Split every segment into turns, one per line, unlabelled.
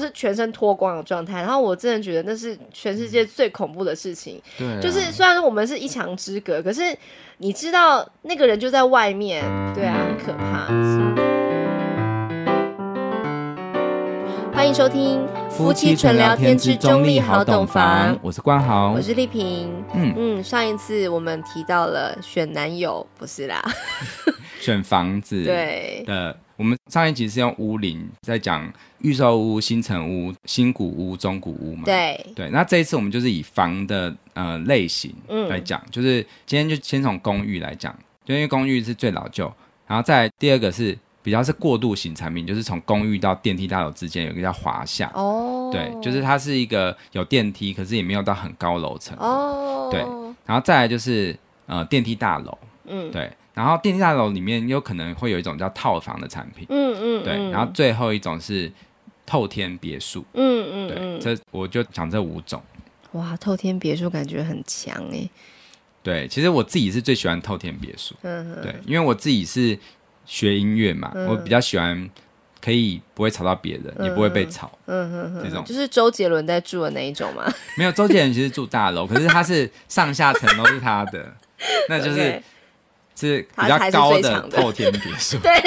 是全身脱光的状态。然后我真的觉得那是全世界最恐怖的事情。
对啊，
就是虽然我们是一墙之隔，可是你知道那个人就在外面，对啊，很可怕。欢迎收听《夫妻纯聊天之中立好懂房》，
我是冠豪
我，是丽萍。
嗯
嗯，上一次我们提到了选男友，不是啦，
选房子
对
的。我们上一集是用屋龄在讲预售屋、新城屋、新古屋、中古屋嘛？
对，
对，那这一次我们就是以房的呃类型
嗯
来讲，就是今天就先从公寓来讲，就因为公寓是最老旧，然后再来第二个是比较是过渡型产品，就是从公寓到电梯大楼之间有一个叫华夏，
哦，
对，就是它是一个有电梯，可是也没有到很高楼层，
哦，
对然后再来就是呃电梯大楼，
嗯
对，然后电梯大楼里面有可能会有一种叫套房的产品，
嗯嗯，
对，
嗯
然后最后一种是透天别墅，
嗯
对，
嗯嗯，
这我就讲这五种。
哇，透天别墅感觉很强哎，
对，其实我自己是最喜欢透天别墅，
嗯嗯
对，因为我自己是学音乐嘛，我比较喜欢可以不会吵到别人，也不会被吵，
嗯嗯
这种
嗯，就是周杰伦在住的那一种嘛，
没有周杰伦其实住大楼，可是他是上下层都是他 的，那 就是
对
是比
他
较
才是
高
最
的
长的
透天别墅，
对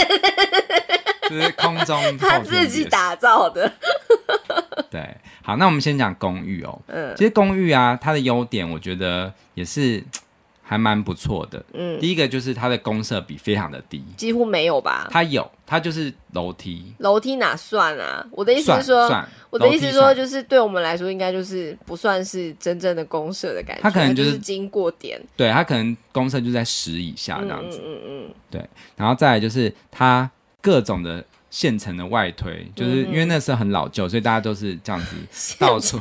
就是空中透天别
他
墅
自己打造的，
对，好，那我们先讲公寓哦。
嗯
其实公寓啊，它的优点我觉得也是还蛮不错的。
嗯，
第一个就是它的公设比非常的低，
几乎没有吧？
它有，它就是楼梯。
楼梯哪算啊？我的意思
算
是说，
算，
我的
楼
意思
梯
是说，
算
就是对我们来说，应该就是不算是真正的公社的感觉，
它可能
就
就是
是经过点，
对，它可能公设就在十以下这
嗯
样
嗯
子。
嗯嗯，
然后再来就是它各种的现成的外推，就是
嗯
因为那时候很老旧，所以大家都是这样 子到处。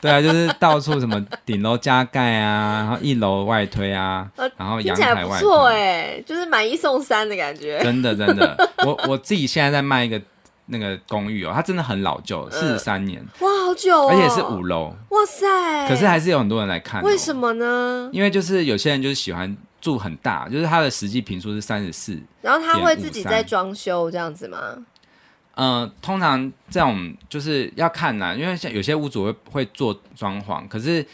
对啊，就是到处什么顶楼加盖啊，然后一楼外推啊
呃，
然后
听
阳
起来
台
不
外推。
错哎，就是买一送三的感觉，
真的真的，我我自己现在在卖一个那个公寓哦，它真的很老旧，四十三年，
哇，好呃久哦，
而且是五，楼，
哇塞，
可是还是有很多人来看、哦
为什么
么？
呢？
因为就是有些人就是喜欢住很大，就是它的实际平数是三十四，
然后他会
点
自己
53
在装修这样子吗？
嗯，通常这种就是要看啦，因为像有些屋主会会做装潢，可是。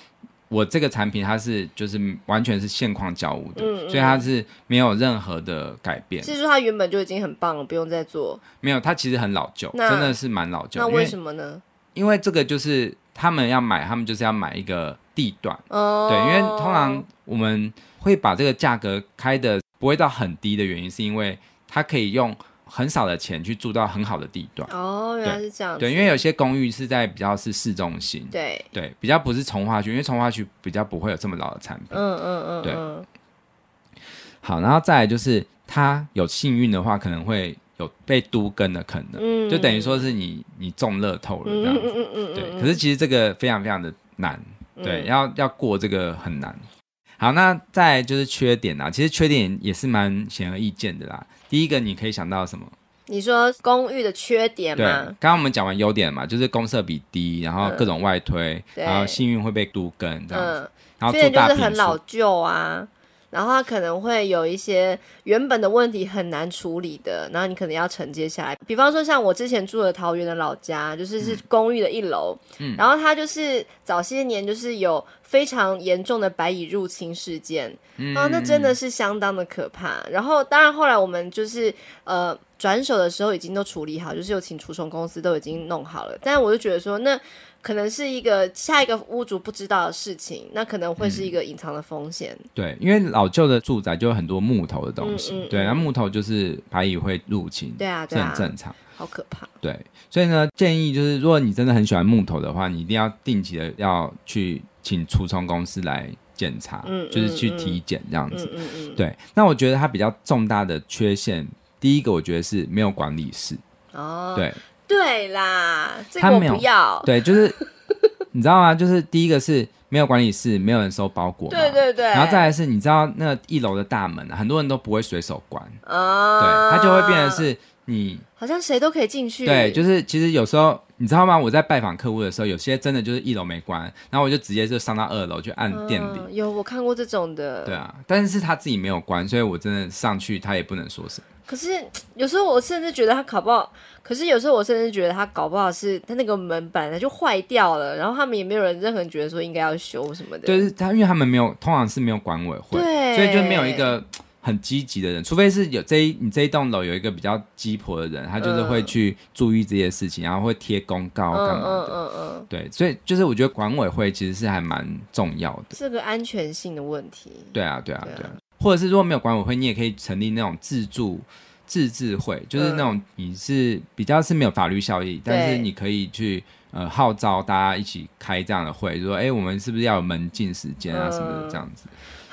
我这个产品它是就是完全是现况交屋的，
嗯嗯
所以它是没有任何的改变，
是说他原本就已经很棒了，不用再做，
没有它其实很老旧，
那
真的是蛮老旧。
那
因为
为什么呢？
因为这个就是他们要买，他们就是要买一个地段，
哦，
对，因为通常我们会把这个价格开的不会到很低的原因，是因为它可以用很少的钱去住到很好的地段，
哦，原来是这样子，
对，因为有些公寓是在比较是市中心，
对，
对，比较不是从化区，因为从化区比较不会有这么老的产品。
嗯嗯嗯，
对
嗯
好，然后再来就是它有幸运的话，可能会有被都跟的可能，
嗯
就等于说是你你中乐透了这样
嗯
子。
嗯嗯嗯，
对，可是其实这个非常非常的难，对，要要过这个很难。好，那再来就是缺点啦，其实缺点也是蛮显而易见的啦。第一个你可以想到什么？
你说公寓的缺点
对，
嘛
刚，刚我们讲完优点嘛，就是公社比低，然后各种外推，
对
然后幸运会被都跟这样子，
嗯，
然后
缺
住
点就
大
是
平数
很老旧啊。然后它可能会有一些原本的问题很难处理的，然后你可能要承接下来。比方说，像我之前住的桃园的老家，就是
嗯
是公寓的一楼，然后它就是早些年就是有非常严重的白蚁入侵事件，
嗯
啊，那真的是相当的可怕。然后，当然后来我们就是呃转手的时候已经都处理好，就是有请除虫公司都已经弄好了。但我就觉得说，那可能是一个下一个屋主不知道的事情，那可能会是
嗯
一个隐藏的风险。
对，因为老旧的住宅就有很多木头的东西，
嗯嗯嗯
对，那木头就是白蚁会入侵，
对啊，
这
对啊
很，正常。
好可怕。
对，所以呢，建议就是，如果你真的很喜欢木头的话，你一定要定期的要去请除虫公司来检查，
嗯
就是
嗯
去
嗯
体检这样子。
嗯嗯嗯，
对，那我觉得它比较重大的缺陷，第一个我觉得是没有管理室，
哦，
对
对啦，这个
他
我
没有
不要。
对，就是 你知道吗？就是第一个是没有管理室，没有人收包裹嘛，
对对对，
然后再来是，你知道那个一楼的大门啊，很多人都不会随手关，对，
啊，
它就会变成是你
好像谁都可以进去。
对，就是其实有时候你知道吗？我在拜访客户的时候，有些真的就是一楼没关，然后我就直接就上到二楼去按
嗯
电铃。
嗯有我看过这种的，
啊对啊，但是他自己没有关，所以我真的上去他也不能说什么。
可是有时候我甚至觉得他搞不好，可是有时候我甚至觉得他搞不好是他那个门本来就坏掉了，然后他们也没有人任何人觉得说应该要修什么的。
就是他，因为他们没有，通常是没有管委会，
对
所以就没有一个很积极的人，除非是有这一你这一栋楼有一个比较鸡婆的人，他就是会去注意这些事情，然后会贴公告
嗯
干嘛
嗯
的。
嗯嗯，
对，所以就是我觉得管委会其实是还蛮重要的。
是个安全性的问题。
对啊，对啊，
对啊
对啊。或者是如果没有管委会，你也可以成立那种自助自治会，就是那
嗯
种你是比较是没有法律效益，但是你可以去呃号召大家一起开这样的会，就说哎、我们是不是要有门禁时间啊
嗯
什么的这样子。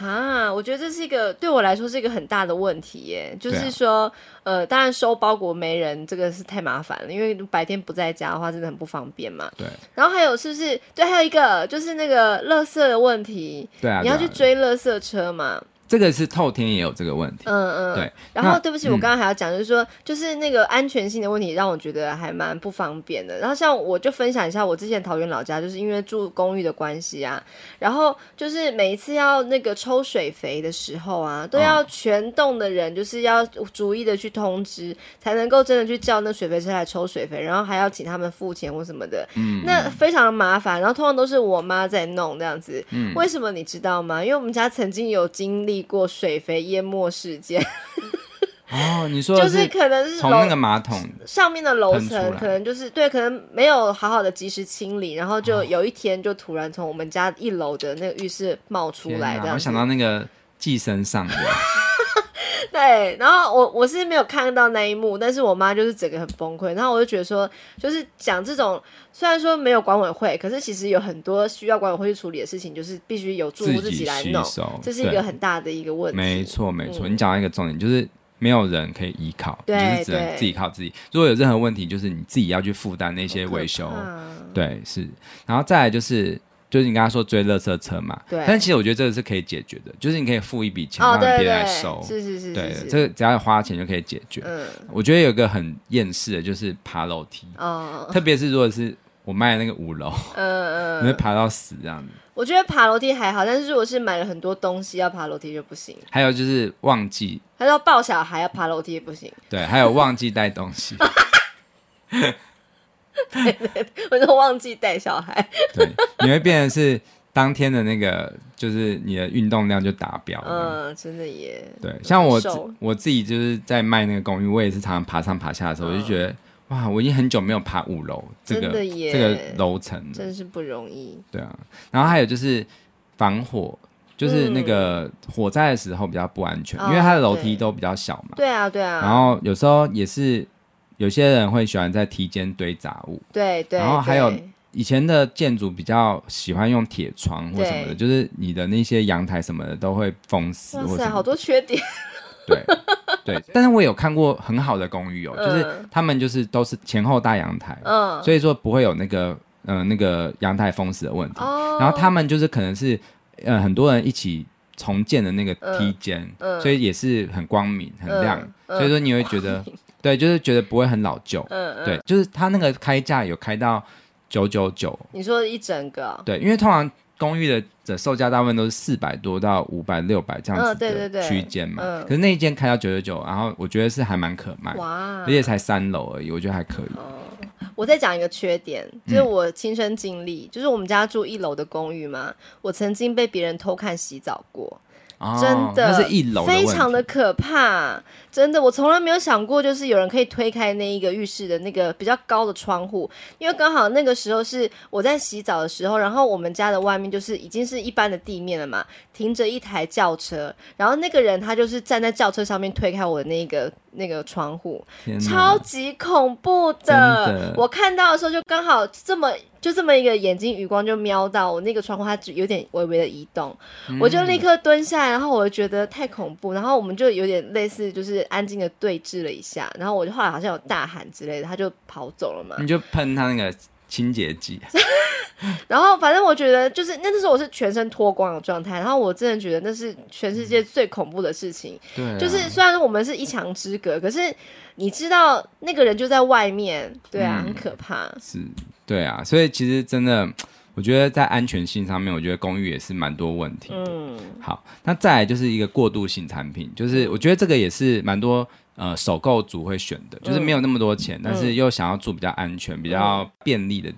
啊，我觉得这是一个对我来说是一个很大的问题耶，就
对啊
是说，呃，当然收包裹没人这个是太麻烦了，因为白天不在家的话真的很不方便嘛。
对
然后还有是不是对，还有一个就是那个垃圾的问题，
对啊，
你要
对
去
啊
追垃圾车嘛？
这个是透天也有这个问题。
嗯嗯。
对。
然后
那
对不起，我刚刚还要讲，就是说，就是那个安全性的问题，让我觉得还蛮不方便的。然后像我就分享一下我之前桃园老家，就是因为住公寓的关系啊，然后就是每一次要那个抽水肥的时候啊，都要全栋的人就是要逐一的去通知，才能够真的去叫那水肥车来抽水肥，然后还要请他们付钱或什么的，那非常麻烦。然后通常都是我妈在弄这样子，为什么你知道吗？因为我们家曾经有经历过水肥淹没事件，
哦，你说
嗯就
的
是
是
可能是
从
楼
那个马桶
上面的楼
喷出
层
来
可能就是对，可能没有好好的及时清理，然后
哦
就有一天就突然从我们家一楼的那个浴室冒出
天
来
哪
这样
我
子
想。到那个寄 生上流，
对，然后我我是没有看到那一幕，但是我妈就是整个很崩溃，然后我就觉得说，就是讲这种虽然说没有管委会，可是其实有很多需要管委会去处理的事情，就是必须有住户自
己
己来
吸
弄，
收，
这是一
对
个很大的一个问题。
没错，没错，你讲到一个重点，就是没有人可以依靠，你
嗯对
就是只能
对
自己靠自己。如果有任何问题，就是你自己要去负担那些
好可
维修。
怕
对，是。然后再来就是，就是你刚刚说追垃圾车嘛，
对
但其实我觉得这个是可以解决的，就是你可以付一笔钱
哦，
让
对
别
对
人来
对
收，。
是是是
对
是，是，
这个只要花钱就可以解决。
嗯
我觉得有一个很厌世的，就是爬楼梯，
哦，
特别是如果是我卖那个五楼，
嗯
你会
嗯，
爬到死这样子。
我觉得爬楼梯还好，但是如果是买了很多东西要爬楼梯就不行，
还有就是忘记
还要抱小孩要爬楼梯也不行，
对，还有忘记带东西。
我都忘记带小孩。
对，你会变成是当天的那个，就是你的运动量就达标了。
嗯，真的耶，
对，像我自
瘦
我自己就是在卖那个公寓，我也是常常爬上爬下的时候，我就觉得哇，我已经很久没有爬五楼这
嗯
个
真的耶
这个楼层了。
真是不容易。
对啊，然后还有就是防火，就是那个火灾的时候比较不安全，
嗯哦
因为它的楼
对
梯都比较小嘛。
对啊，对啊，
然后有时候也是有些人会喜欢在梯间堆杂物，
对对，
然后还有
对
以前的建筑比较喜欢用铁窗或什么的，
对
就是你的那些阳台什么的都会封死
哇
或
塞，
什
好
么的。
多缺点。
对对，但是我有看过很好的公寓哦，就是
嗯
他们就是都是前后大阳台，
嗯，
所以说不会有那个呃那个阳台封死的问题。
哦，
然后他们就是可能是呃很多人一起重建的那个梯间，
嗯
所以也是很光明很亮，
嗯
所以说你会觉得对，就是觉得不会很老旧。
嗯嗯，
对，就是他那个开价有开到九九九。
你说一整个哦，
对，因为通常公寓的的售价大部分都是四百多到五百、六百这样
嗯
子
对对
的
对
区间嘛。
嗯
可是那一间开到九九九，然后我觉得是还蛮可卖，
哇哦
而，且才三楼而已，我觉得还可以。
我再讲一个缺点，
嗯
就是我亲身经历，就是我们家住一楼的公寓嘛，我曾经被别人偷看洗澡过，
哦
真的，
那是一楼的问
非
题
常的可怕，真的，我从来没有想过，就是有人可以推开那一个浴室的那个比较高的窗户，因为刚好那个时候是我在洗澡的时候，然后我们家的外面就是已经是一般的地面了嘛，停着一台轿车，然后那个人他就是站在轿车上面推开我的那个那个窗户，
天哪
超级恐怖的！
真的
我看到的时候就刚好这么就这么一个眼睛余光就瞄到我那个窗户，它只有点微微的移动，
嗯
我就立刻蹲下来，然后我就觉得太恐怖，然后我们就有点类似就是安静的对峙了一下，然后我就后来好像有大喊之类的，他就跑走了嘛。
你就喷他那个清洁剂，
然后反正我觉得就是那那时候我是全身脱光的状态，然后我真的觉得那是全世界最恐怖的事情。
对、啊，
就是虽然说我们是一墙之隔，可是你知道那个人就在外面，对
嗯
啊，很可怕。
是，对啊，所以其实真的，我觉得在安全性上面，我觉得公寓也是蛮多问题的。
嗯，
好，那再来就是一个过渡性产品，就是我觉得这个也是蛮多呃首购族会选的，
嗯
就是没有那么多钱，但是又想要住比较安全、比较便利的，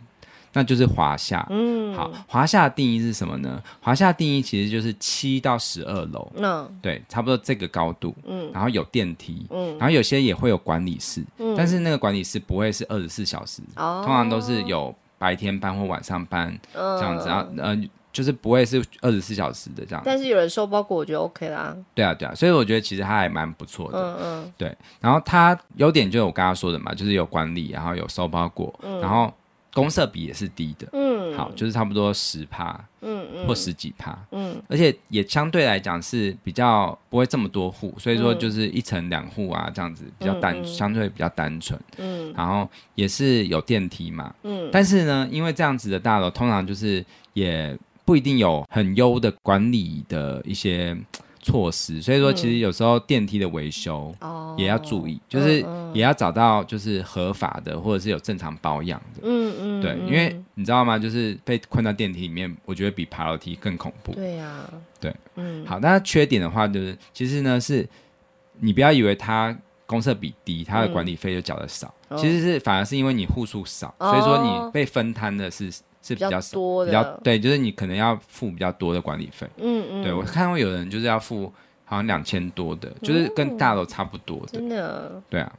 那就是华夏。
嗯，
好，华夏的定义是什么呢？华夏的定义其实就是七到十二楼，
那
对，差不多这个高度，
嗯
然后有电梯，
嗯
然后有些也会有管理室，但是那个管理室不会是二十四小时，
哦，嗯
通常都是有白天班或晚上班
这
这样子，然后呃，就是不会是二十四小时的这样。
但是有人收包裹，我觉得 OK 啦。
对啊，对啊，所以我觉得其实它还蛮不错的。
嗯嗯
对，然后它优点就是我刚刚说的嘛，就是有管理，然后有收包裹，然后公社比也是低的，
嗯，
好，就是差不多十趴
嗯嗯
或十几趴，
嗯
而且也相对来讲是比较不会这么多户，所以说就是一层两户啊这样子比较单，
嗯嗯嗯
相对比较单纯，
嗯
然后也是有电梯嘛，
嗯，
但是呢，因为这样子的大楼通常就是也不一定有很优的管理的一些嗯措施，所以说其实有时候电梯的维修
嗯哦，
也要注意，就是
嗯
也要找到就是合法的或者是有正常保养的。
嗯嗯，
对，
嗯
因为你知道吗？就是被困到电梯里面，我觉得比爬楼梯更恐怖。
对呀，
对，
嗯，
好，那缺点的话就是，其实呢是，你不要以为它公社比低，它的管理费就缴的少，
嗯哦
其实是反而是因为你户数少，
哦
所以说你被分摊的是是比
比较
较少，
多
比较
的，
对，就是你可能要付比较多的管理费。
嗯嗯，
对我看过有人就是要付好像两千多的，就是
哦
跟大楼差不多的，
真的，
对啊。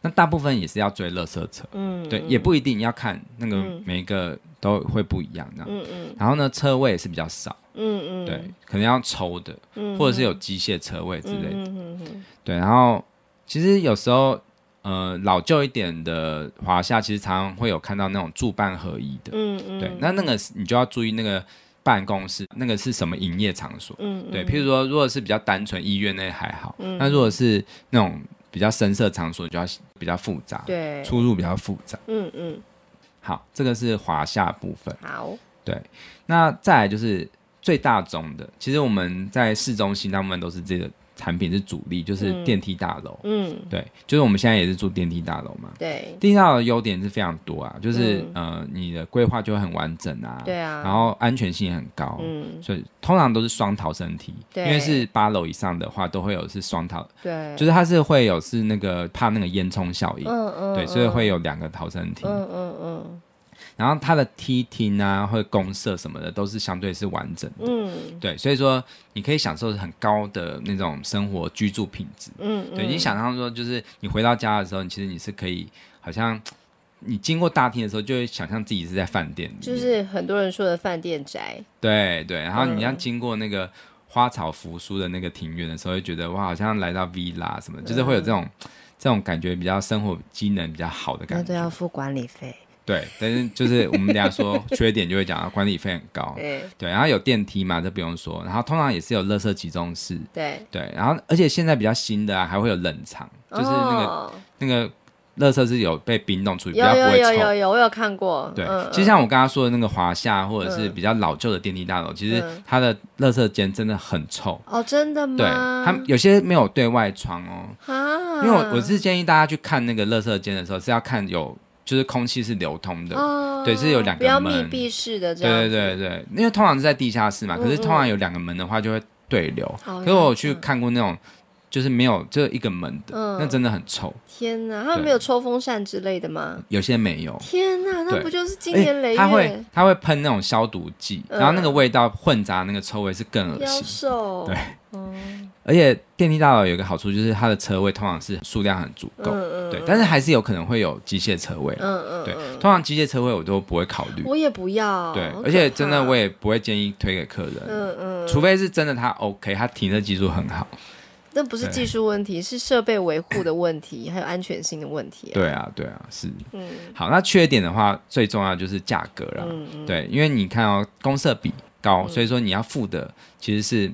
那大部分也是要追垃圾车，
嗯，
对，
嗯
也不一定要看那个
嗯
每一个都会不一样这样。
嗯嗯
然后呢，车位也是比较少，
嗯嗯，
对，可能要抽的，
嗯，
或者是有机械车位之类的。
嗯嗯嗯嗯
对，然后其实有时候，呃，老旧一点的华夏，其实常常会有看到那种住办合一的。
嗯嗯，
对，那那个是你就要注意那个办公室那个是什么营业场所。
嗯
对，
嗯
譬如说，如果是比较单纯医院那还好，那如果是那种比较深色场所，就要比较复杂，
对，
出入比较复杂。
嗯嗯，
好，这个是华夏部分。
好，
那再来就是最大宗的，其实我们在市中心大部分都是这个产品是主力，就是
嗯
电梯大楼。
嗯，
对，就是我们现在也是住电梯大楼嘛。
对
电梯大楼的优点是非常多啊，就是、
嗯
呃，你的规划就会很完整啊，
对啊，
然后安全性也很高，
嗯
所以通常都是双逃生梯，因
对
为是八楼以上的话都会有是双逃，
对，
就是它是会有是那个怕那个烟囱效应，
嗯嗯，
对，所以会有两个逃生梯，
嗯嗯嗯
然后它的梯厅啊或者公社什么的都是相对是完整的，
嗯
对，所以说你可以享受很高的那种生活居住品质。
嗯嗯，
对，你想象说，就是你回到家的时候，其实你是可以，好像你经过大厅的时候，就会想象自己是在饭店里面，
就是很多人说的饭店宅，
对对，然后你要
嗯
经过那个花草扶疏的那个庭院的时候，会觉得哇，好像来到 villa 什么的，就是会有这种、
嗯
这种感觉，比较生活机能比较好的
那
感
都
觉。
要付管理费，
对，但是就是我们等一下 说缺点，就会讲到啊管理费很高。
对
对，然后有电梯嘛，这不用说。然后通常也是有垃圾集中室，
对，
对。然后而且现在比较新的啊，还会有冷藏，就是那个
哦
那个垃圾是有被冰冻处理，比
有
较不
有
会
有有
臭。
有，我有看过，
对，
嗯
其实像我刚刚说的那个华夏，或者是比较老旧的电梯大楼，其实
嗯
它的垃圾间真的很臭。
哦，真的吗？
对，它有些没有对外窗哦，
啊，
因为我我是建议大家去看那个垃圾间的时候，是要看有就是空气是流通的。
哦，
对是有两个
不要密
门
闭式的这样，
对对对对，因为通常是在地下室嘛，可是通常有两个门的话就会对流。
嗯哦
可是我去看过那种就是没有就一个门的，
嗯
那真的很臭，
天哪，他们
对
没有抽风扇之类的吗？
有些没有。
天哪，那
对
不就是经
而
年
且
累
它会
月
它会喷那种消毒剂，
嗯
然后那个味道混杂那个臭嗯味是更恶
妖
心。
兽？
对
嗯
而且电梯大楼有一个好处就是它的车位通常是数量很足够，
嗯
对，但是还是有可能会有机械车位，
嗯嗯，
对
嗯，
通常机械车位我都不会考虑，
我也不要，
对
好，可
而且真的
怕
我，也不会建议推给客人，
嗯嗯，
除非是真的他 OK，他停车技术很好，
那不是
对
技术问题，是设备维护的问 题，还有安全性的问题、啊。
对啊，对啊，是
嗯
好。那缺点的话，最重要就是价格啦，
嗯嗯，
对，因为你看哦，公社比高，所以说你要付的其实是嘖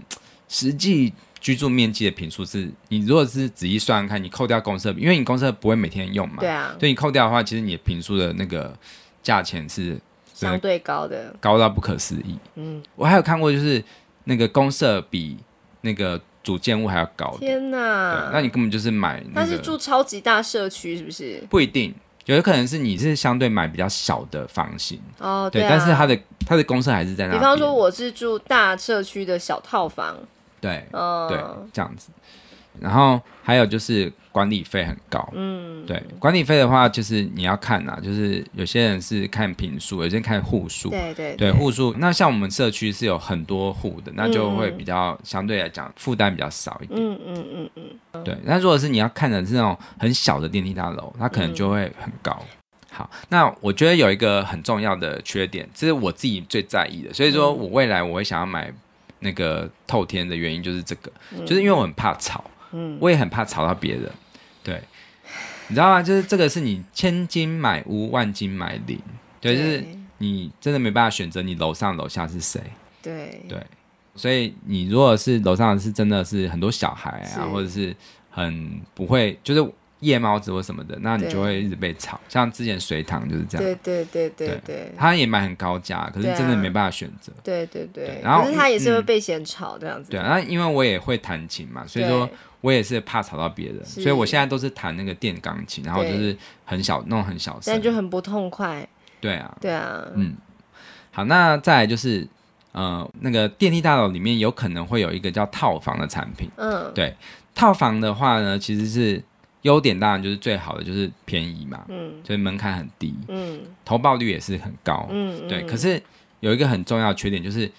实际居住面积的平数是，你如果是仔细算算看，你扣掉公社比，因为你公社不会每天用嘛，
对啊，
所以你扣掉的话，其实你的平数的那个价钱是
相对高的，
高到不可思议。
嗯，
我还有看过就是那个公社比那个主建物还要高的，
天
对
哪！
那你根本就是买那
他
个
是住超级大社区是不是？
不一定。有可能是你是相对买比较小的房型，
哦，
对，
啊。
但是它的它的公社还是在那
比
边。
方说我是住大社区的小套房，
对，
嗯、
对，这样子。然后还有就是管理费很高，嗯，对，管理费的话就是你要看啊，就是有些人是看平数，有些人看户数，
对对
对户数。那像我们社区是有很多户的，那就会比较相对来讲负担比较少一点，
嗯嗯嗯嗯，
对。那如果是你要看的是那种很小的电梯大楼，它可能就会很高。好，那我觉得有一个很重要的缺点，这是我自己最在意的，所以说我未来我会想要买那个透天的原因就是这个，就是因为我很怕吵，嗯，我也很怕吵到别人，对，你知道吗？就是这个是你千金买屋，万金买邻，对，就是你真的没办法选择你楼上楼下是谁，
对
对，所以你如果是楼上是真的是很多小孩
是
啊，或者是很不会，就是夜猫子或什么的，那你就会一直被吵。像之前隋唐就是这样，
对对对对对
他也买很高价，可是
对啊
真的没办法选择。
对对对
对，然后
可是他也是会
嗯
被嫌吵这样子，
对啊，那因为我也会弹琴嘛，所以说
对
我也是怕吵到别人，
是
所以我现在都是弹那个电钢琴，然后
对
就是很小，弄很小
但
声。
就很不痛快，
对啊，
对啊，
嗯，好，那再来就是呃，那个电梯大楼里面有可能会有一个叫套房的产品。
嗯，
对套房的话呢，其实是优点，当然就是最好的就是便宜嘛，
嗯
所以门槛很低，
嗯
投报率也是很高，
嗯，
对。
嗯
可是有一个很重要的缺点就是，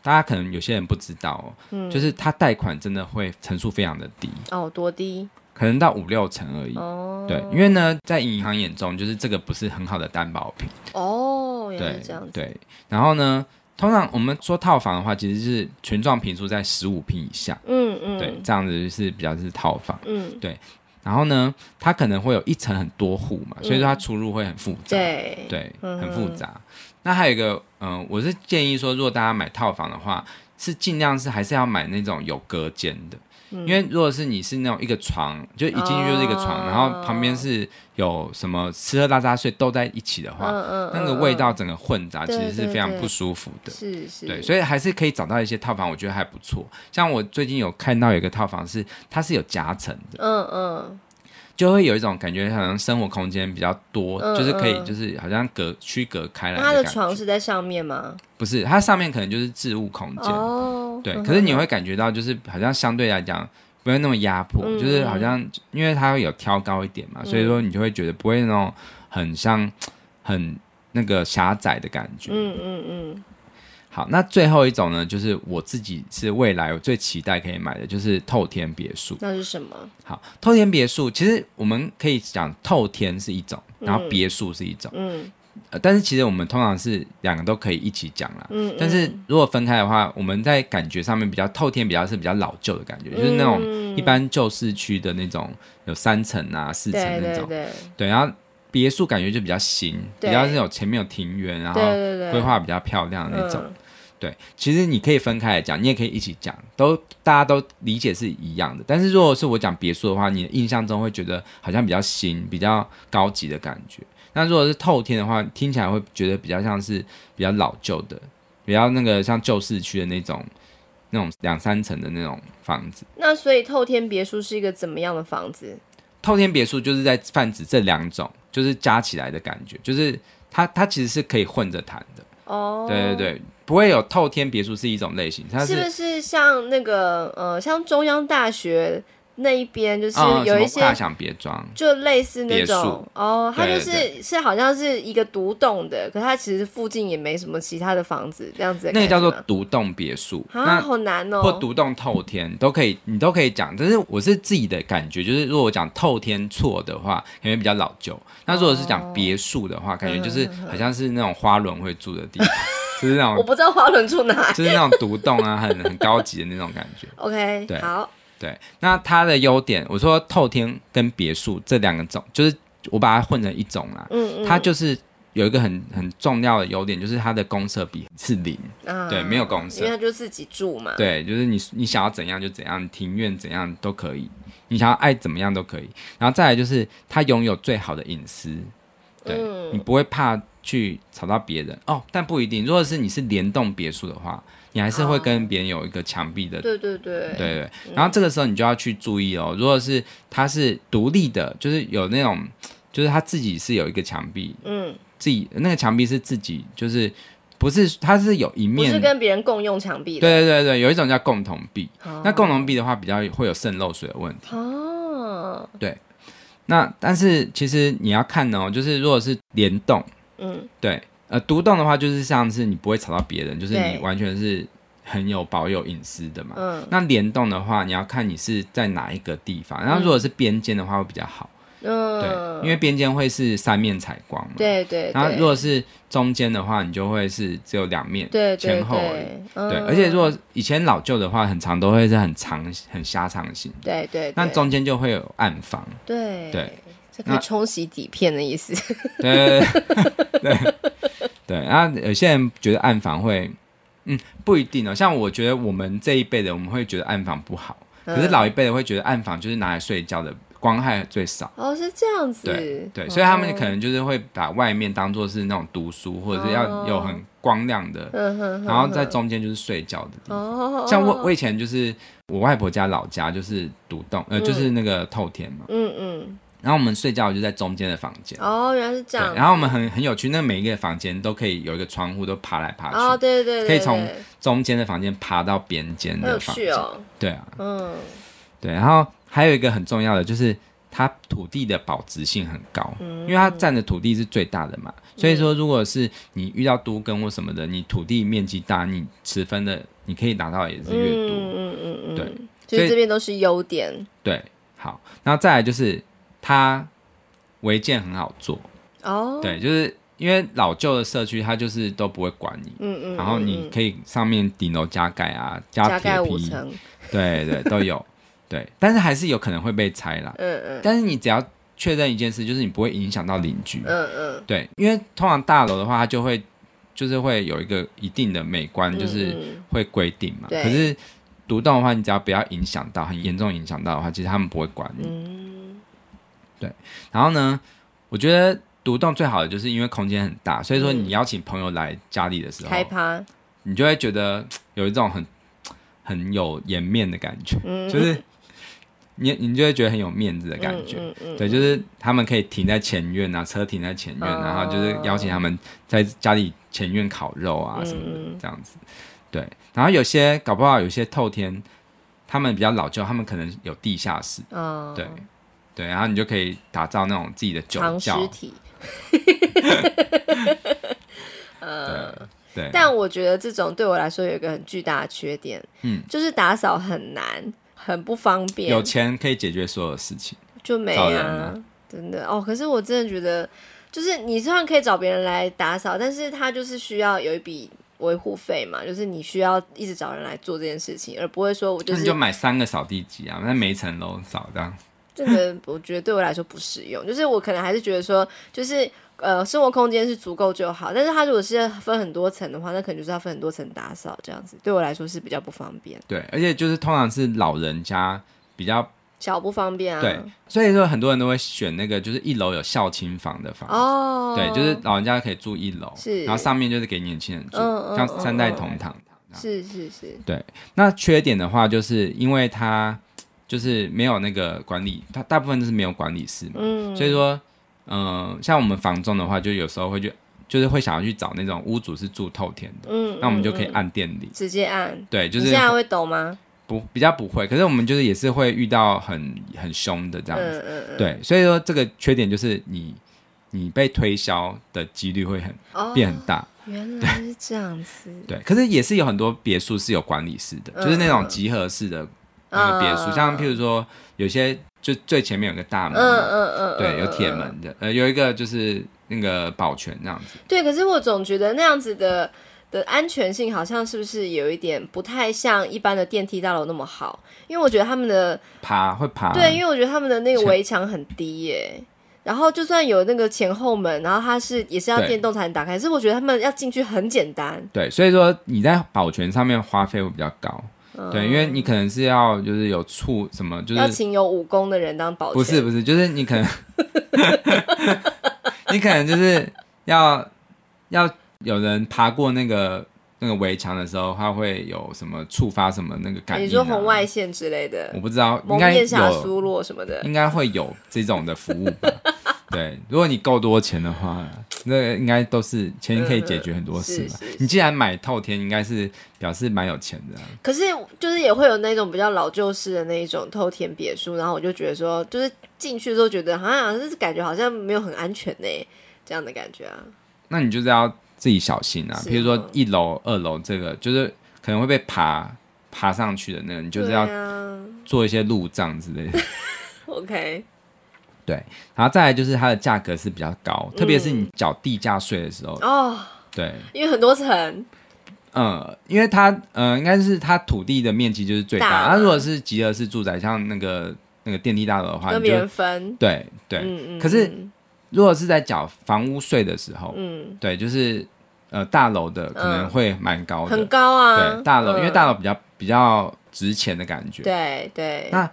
大家可能有些人不知道、哦，
嗯
就是它贷款真的会成数非常的低，
哦多低
可能到五六成而已。
哦，
对，因为呢，在银行眼中，就是这个不是很好的担保品。
哦原来
对
是这样，子，
对。然后呢，通常我们说套房的话，其实是权状平数在十五平以下，
嗯嗯，
对，这样子就是比较是套房。
嗯
然后呢，它可能会有一层很多户嘛，所以说它出入会很复杂，
嗯对
对
嗯哼
很复杂。那还有一个，嗯、我是建议说，如果大家买套房的话，是尽量是还是要买那种有隔间的，
嗯
因为如果是你是那种一个床，就一进去就是一个
哦
床，然后旁边是有什么吃喝拉撒睡都在一起的话，
嗯
那个味道整个混杂，其
对
实是
对
非常
对
不舒服的。
是是，
对，所以还是可以找到一些套房，我觉得还不错。像我最近有看到有一个套房是它是有夹层的。
嗯嗯
就会有一种感觉，好像生活空间比较多，
嗯
就是可以，
嗯
就是好像隔区隔开来
那他的
感觉。
床是在上面吗？
不是它上面可能就是置物空间，
哦，
对。
嗯
可是你会感觉到，就是好像相对来讲不会那么压迫，
嗯
就是好像因为它有挑高一点嘛，所以说你就会觉得不会那种很像很那个狭窄的感觉。
嗯嗯
好，那最后一种呢，就是我自己是未来我最期待可以买的，就是透天别墅
嗯，。那是什么？
好，透天别墅其实我们可以讲透天是一种，然后别墅是一种。
嗯
呃，但是其实我们通常是两个都可以一起讲啦。
嗯，
但是如果分开的话，我们在感觉上面比较透天，比较是比较老旧的感
嗯
觉，就是那种
种
一般旧市区的那种有三层啊、四层
对
那
对
种。
对
对，然后别墅感觉就比较新，比
对
较是有前面有庭园，然后
对对对，
规划比较漂亮的那种。
嗯
对，其实你可以分开来讲，你也可以一起讲，都大家都理解是一样的。但是如果是我讲别墅的话，你的印象中会觉得好像比较新、比较高级的感觉。那如果是透天的话，听起来会觉得比较像是比较老旧的，比较那个像旧市区的那种、那种两三层的那种房子。
那所以透天别墅是一个怎么样的房子？
透天别墅就是在泛指这两种，就是加起来的感觉，就是它它其实是可以混着谈的。
哦，
对对对，不会有透天别墅是一种类型，它
是不是像那个呃，像中央大学那一边，就是
啊，什
有
么
一些、
大想别庄，
就类似那
别墅
种哦，它就
对
是
对
是好像是一个独栋的，可它其实附近也没什么其他的房子，这样子的
那个
感觉
叫做
吗
独栋别墅，
啊，
那
好难哦，
或独栋透天都可以，你都可以讲。但是我是自己的感觉，就是如果我讲透天错的话，感觉比较老旧；那如果是讲别墅的话，
哦
感觉就是好像是那种花轮会住的地 方，就是那
嗯我
种
不知道花轮住哪。
就是那种独栋啊，很很高级的那种感觉。
OK，
对
好，
对，那它的优点，我说透天跟别墅这两个种，就是我把它混成一种啦。
嗯嗯，
它就是有一个很很重要的优点，就是它的公设比是零，
啊
对，没有公
因为
设，
他就自己住嘛，
对，就是你你想要怎样就怎样，庭院怎样都可以，你想要爱怎么样都可以。然后再来就是它拥有最好的隐私，对、
嗯
你不会怕去吵到别人哦，但不一定，如果是你是联动别墅的话，你还是会跟别人有一个墙壁的。
哦对嗯对对
对对，然后这个时候你就要去注意哦。如果是它是独立的，就是有那种，就是它自己是有一个墙壁，
嗯
自己那个墙壁是自己就是不是它是有一
不
面
是，跟别人共用墙壁的。
对对对对，有一种叫共同壁，
哦
那共同壁的话比较会有渗漏水的问题。
哦，
那但是其实你要看哦，就是如果是联动，
嗯，
对，呃，独栋的话就是像是你不会吵到别人，就是你
对
完全是很有保有隐私的嘛。
嗯
那联动的话，你要看你是在哪一个地方，然后如果是边间的话会比较好，
嗯，
对，因为边间会是三面采光嘛。。
对对对，
然后如果是中间的话，你就会是只有两面，
对对
前后而已
对，嗯
对，而且如果以前老旧的话，很长都会是很长、很狭长型，
对对，
那
对
中间就会有暗房，
对
对，
这可以
那
冲洗底片的意思。
对对对对。然后有些人觉得暗房会，嗯，不一定哦。像我觉得我们这一辈的，我们会觉得暗房不好，可是
嗯
老一辈的会觉得暗房就是拿来睡觉的，光害最少。
哦，是这样子，
对对，
哦
所以他们可能就是会把外面当做是那种读书，或者是要有很光亮的，
嗯哼哼
然后在中间就是睡觉的地方。
哦，
像我
哦
我以前就是我外婆家老家就是独栋，呃，就是那个透天嘛。
嗯嗯，
然后我们睡觉就在中间的房间，
哦，原来是这
对。
样，
然后我们很很有趣，那每一个房间都可以有一个窗户，都爬来爬去，
哦，对对对，
可
对
以从
对
中间的房间爬到边间
很有
的房
趣
间。
哦，
对啊，
嗯
对。然后还有一个很重要的就是它土地的保值性很高，
嗯
因为它占的土地是最大的嘛。所以说，如果是你遇到都跟或什么的，你土地面积大，你持分的你可以拿到的也是越多。
嗯嗯嗯嗯，
对，
所
所
以
以
这边都是优点
对，好，然后再来就是它违建很好做，
哦，
对，就是因为老旧的社区它就是都不会管你，
嗯，嗯嗯，
然后你
嗯
可以上面顶楼加盖啊，
加
加
盖
铁
五
皮，
层，
对对 都有，对，但是还是有可能会被拆啦。
嗯嗯
但是你只要确认一件事，就是你不会影响到邻居，
嗯嗯，
对，因为通常大楼的话，它就会就是会有一个一定的美观，
嗯
就是
嗯
会规定嘛。
对
可是独栋的话，你只要不要影响到，很严重影响到的话，其实他们不会管你。
嗯
然后呢，我觉得独栋最好的就是因为空间很大，所以说
嗯
你邀请朋友来家里的时候，
开趴，
你就会觉得嘖有一种很嘖很有颜面的感觉，
嗯，
就是你你就会觉得很有面子的感觉。
嗯嗯嗯，
对，就是他们可以停在前院啊，车停在前院，
哦
然后就是邀请他们在家里前院烤肉啊什么
嗯
的
嗯
这样子。对，然后有些搞不好有些透天，他们比较老旧，他们可能有地下室，
哦，
对对，然后你就可以打造那种自己的酒
藏
窖
尸，体。
对，
但我觉得这种对我来说有一个很巨大的缺点，
嗯，
就是打扫很难，很不方便，
有钱可以解决所有事情。
就没
找人
啊
啊，
真的哦。可是我真的觉得，就是你虽然可以找别人来打扫，但是他就是需要有一笔维护费嘛，就是你需要一直找人来做这件事情，而不会说我就
那
是
你就买三个扫地机啊，那每一层楼扫这样。
这个我觉得对我来说不适用，就是我可能还是觉得说，就是呃，生活空间是足够就好，但是它如果是分很多层的话，那可能就是要分很多层打扫这样子，对我来说是比较不方便，
对，而且就是通常是老人家比较
小不方便啊。
对，所以说很多人都会选那个就是一楼有孝亲房的房子。
哦，
对，就是老人家可以住一楼，
是
然后上面就是给年轻人住，
嗯嗯
像
嗯
三代
嗯
同堂。
是是是，
那缺点的话，就是因为它就是没有那个管理，它大部分都是没有管理室嘛，
嗯，
所以说，嗯、像我们房中的话，就有时候会去，就是会想要去找那种屋主是住透天的，
嗯，
那我们就
嗯
可以
嗯
按电铃，
直接按，
对，就
你
是
现在会抖吗？
不比较不会，可是我们就是也是会遇到很很凶的这样子，
嗯嗯嗯，
对，所以说这个缺点就是你你被推销的几率会很
哦，
变很大。
原来是这样子，
对，可是也是有很多别墅是有管理室的，
嗯
就是那种集合式的那个别墅，
嗯
像譬如说有些就最前面有个大
嗯
门
嗯
嘛，
嗯嗯，
对，有
嗯
铁。
嗯
门的，呃，有一个就是那个保全那样子，
对，可是我总觉得那样子的的安全性好像是不是有一点不太像一般的电梯大楼那么好？因为我觉得他们的、
爬会爬，
对，因为我觉得他们的那个
前
围墙很低耶。然后就算有那个前后门，然后它是也是要
对
电动才能打开，可是我觉得他们要进去很简单。
对，所以说你在保全上面花费会比较高，
嗯
对，因为你可能是要就是有处什么，就
要
是
请有武功的人当保全，
不是不是，就是你可能 你可能就是要要有人爬过那个。那个围墙的时候，它会有什么触发什么那个感应、啊？
你说红外线之类的
我，不知道，应
蒙
该
面侠
有，嗯
苏洛什么的，
应该会有这种的服务吧。对，如果你够多钱的话，那个应该都是钱可以解决很多
嗯
事嘛。
是是
你既然买透天，应该是表示蛮有钱的啊、
可是就是也会有那种比较老旧式的那一种偷田别墅，然后我就觉得说，就是进去之后觉得好像就是感觉好像没有很安全呢、这样的感觉啊。
那你就是要自己小心啊。
是
比如
哦
说一楼、二楼这个，就是可能会被爬爬上去的那个，你就是要
对啊
做一些路障之类的。
，OK，
然后再来就是它的价格是比较高，
嗯
特别是你缴地价税的时候，
哦，
对，
因为很多层，
嗯，因为它呃，应该是它土地的面积就是最
大
大。
嘛
那如果是集合式住宅，像那个那个电梯大楼的话，
跟
啊你
别人
就
分。
对对。
嗯嗯，
可是
嗯
如果是在缴房屋税的时候，
嗯，
对，就是呃大楼的可能
嗯
会蛮高的，
很高啊，
哦对大楼，因为大
楼
楼比较比较值钱的感觉。
对对
那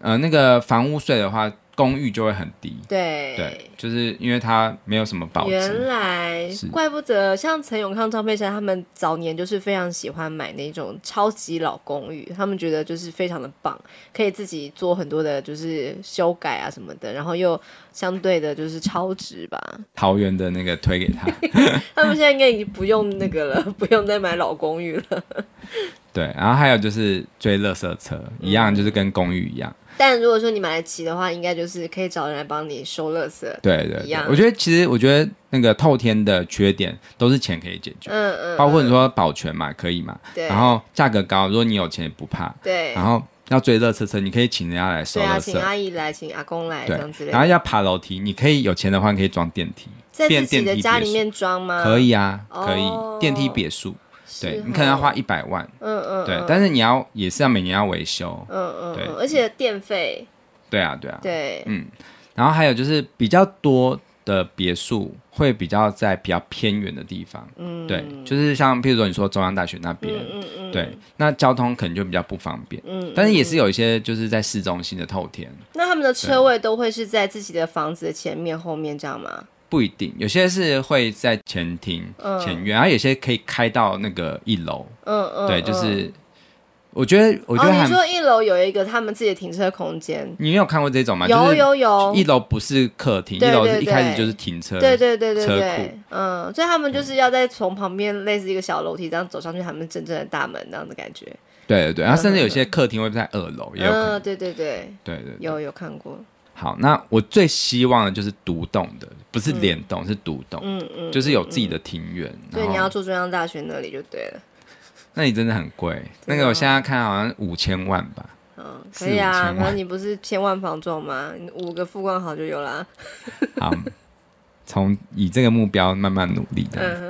呃，那个房屋税的话，公寓就会很低，
对
对，就是因为它没有什么保
原
值，
来
是
怪不得，像陈永康、张佩珊他们早年就是非常喜欢买那种超级老公寓，他们觉得就是非常的棒，可以自己做很多的就是修改啊什么的，然后又相对的就是超值吧。
桃园的那个推给他，
他们现在应该已经不用那个了，不用再买老公寓了。
对，然后还有就是追垃圾车，一样就是跟公寓一样，
但如果说你买得起的话，应该就是可以找人来帮你收垃圾。
对对
一
对
样
我觉得其实我觉得那个透天的缺点都是钱可以解决，
嗯嗯，
包括你说保全嘛，可以嘛，
对
然后价格高，如果你有钱也不怕，
对
然后要追垃圾车，你可以请人家来收
对啊，
垃
请
圾。
阿姨来，请阿公来这
对
样之类，
然后
的，
要爬楼梯，你可以有钱的话，你可以装电梯，
在
变
自己的
电梯
家
别
里
墅
面装吗？
可以啊，
哦
可以电梯别墅，
是
对
哦，
你可能要花一百万，
嗯嗯，
对
嗯，
但是你要也是要每年要维修，
嗯嗯
对
嗯，而且电费，
对啊，对啊，
对，
嗯，然后还有就是比较多的别墅会比较在比较偏远的地方，
嗯，
对，就是像譬如说你说中央大学那边，
嗯嗯嗯，
对，那交通可能就比较不方便，
嗯，
但是
嗯
也是有一些就是在市中心的透天，
那他们的车位都会是在自己的房子的前面、后面这样吗？
不一定，有些是会在前厅、
嗯
前院，然后有些可以开到那个一楼。
嗯嗯，
对，就
嗯。
是我觉得，我觉得
哦，
还、
你说一楼有一个他们自己的停车空间，
你没有看过这种吗？
有
就是
有有，
一楼不是客厅，
对
一楼是
对
一开
对
始就是停车。
对对对对
车
对，嗯，所以他们就是要再从旁边类似一个小楼梯这样走上去，他们真正的大门那样的感觉。
对对对然后甚至有些客厅会在二楼，也有可能。
嗯，对对对，
对对对。
有有看过，
好，那我最希望的就是独栋的，不是联动，是独栋，
嗯嗯，
就是有自己的庭院。
所以
然
你
后
要住中央大学那里就对了。
那你真的很
啊
贵，那个我现在看好像五千万 吧。
嗯，
四
可以
五千
啊，
万
反正你不是千万房重吗？你五个富冠豪就有啦。
好，从以这个目标慢慢努力的。
嗯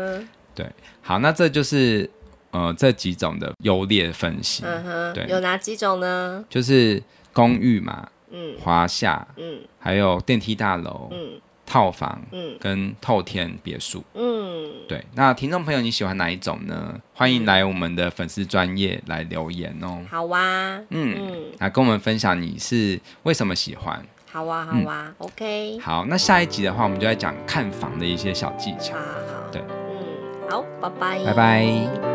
哼，
好，那这就是呃这几种的优劣分析。
嗯哼，
对
有哪几种呢？
就是公寓嘛，
嗯
华夏，
嗯
还有电梯大楼、
嗯
套房
嗯
跟透天别墅。
嗯，
对，那听众朋友你喜欢哪一种呢？欢迎来我们的粉丝专业来留言哦。
好哇，
嗯，
嗯，
来跟我们分享你是为什么喜欢。
好哇，好哇，OK，
嗯好，那下一集的话，我们就来讲看房的一些小技巧
好。好好，
对
嗯，好，拜拜，
拜拜。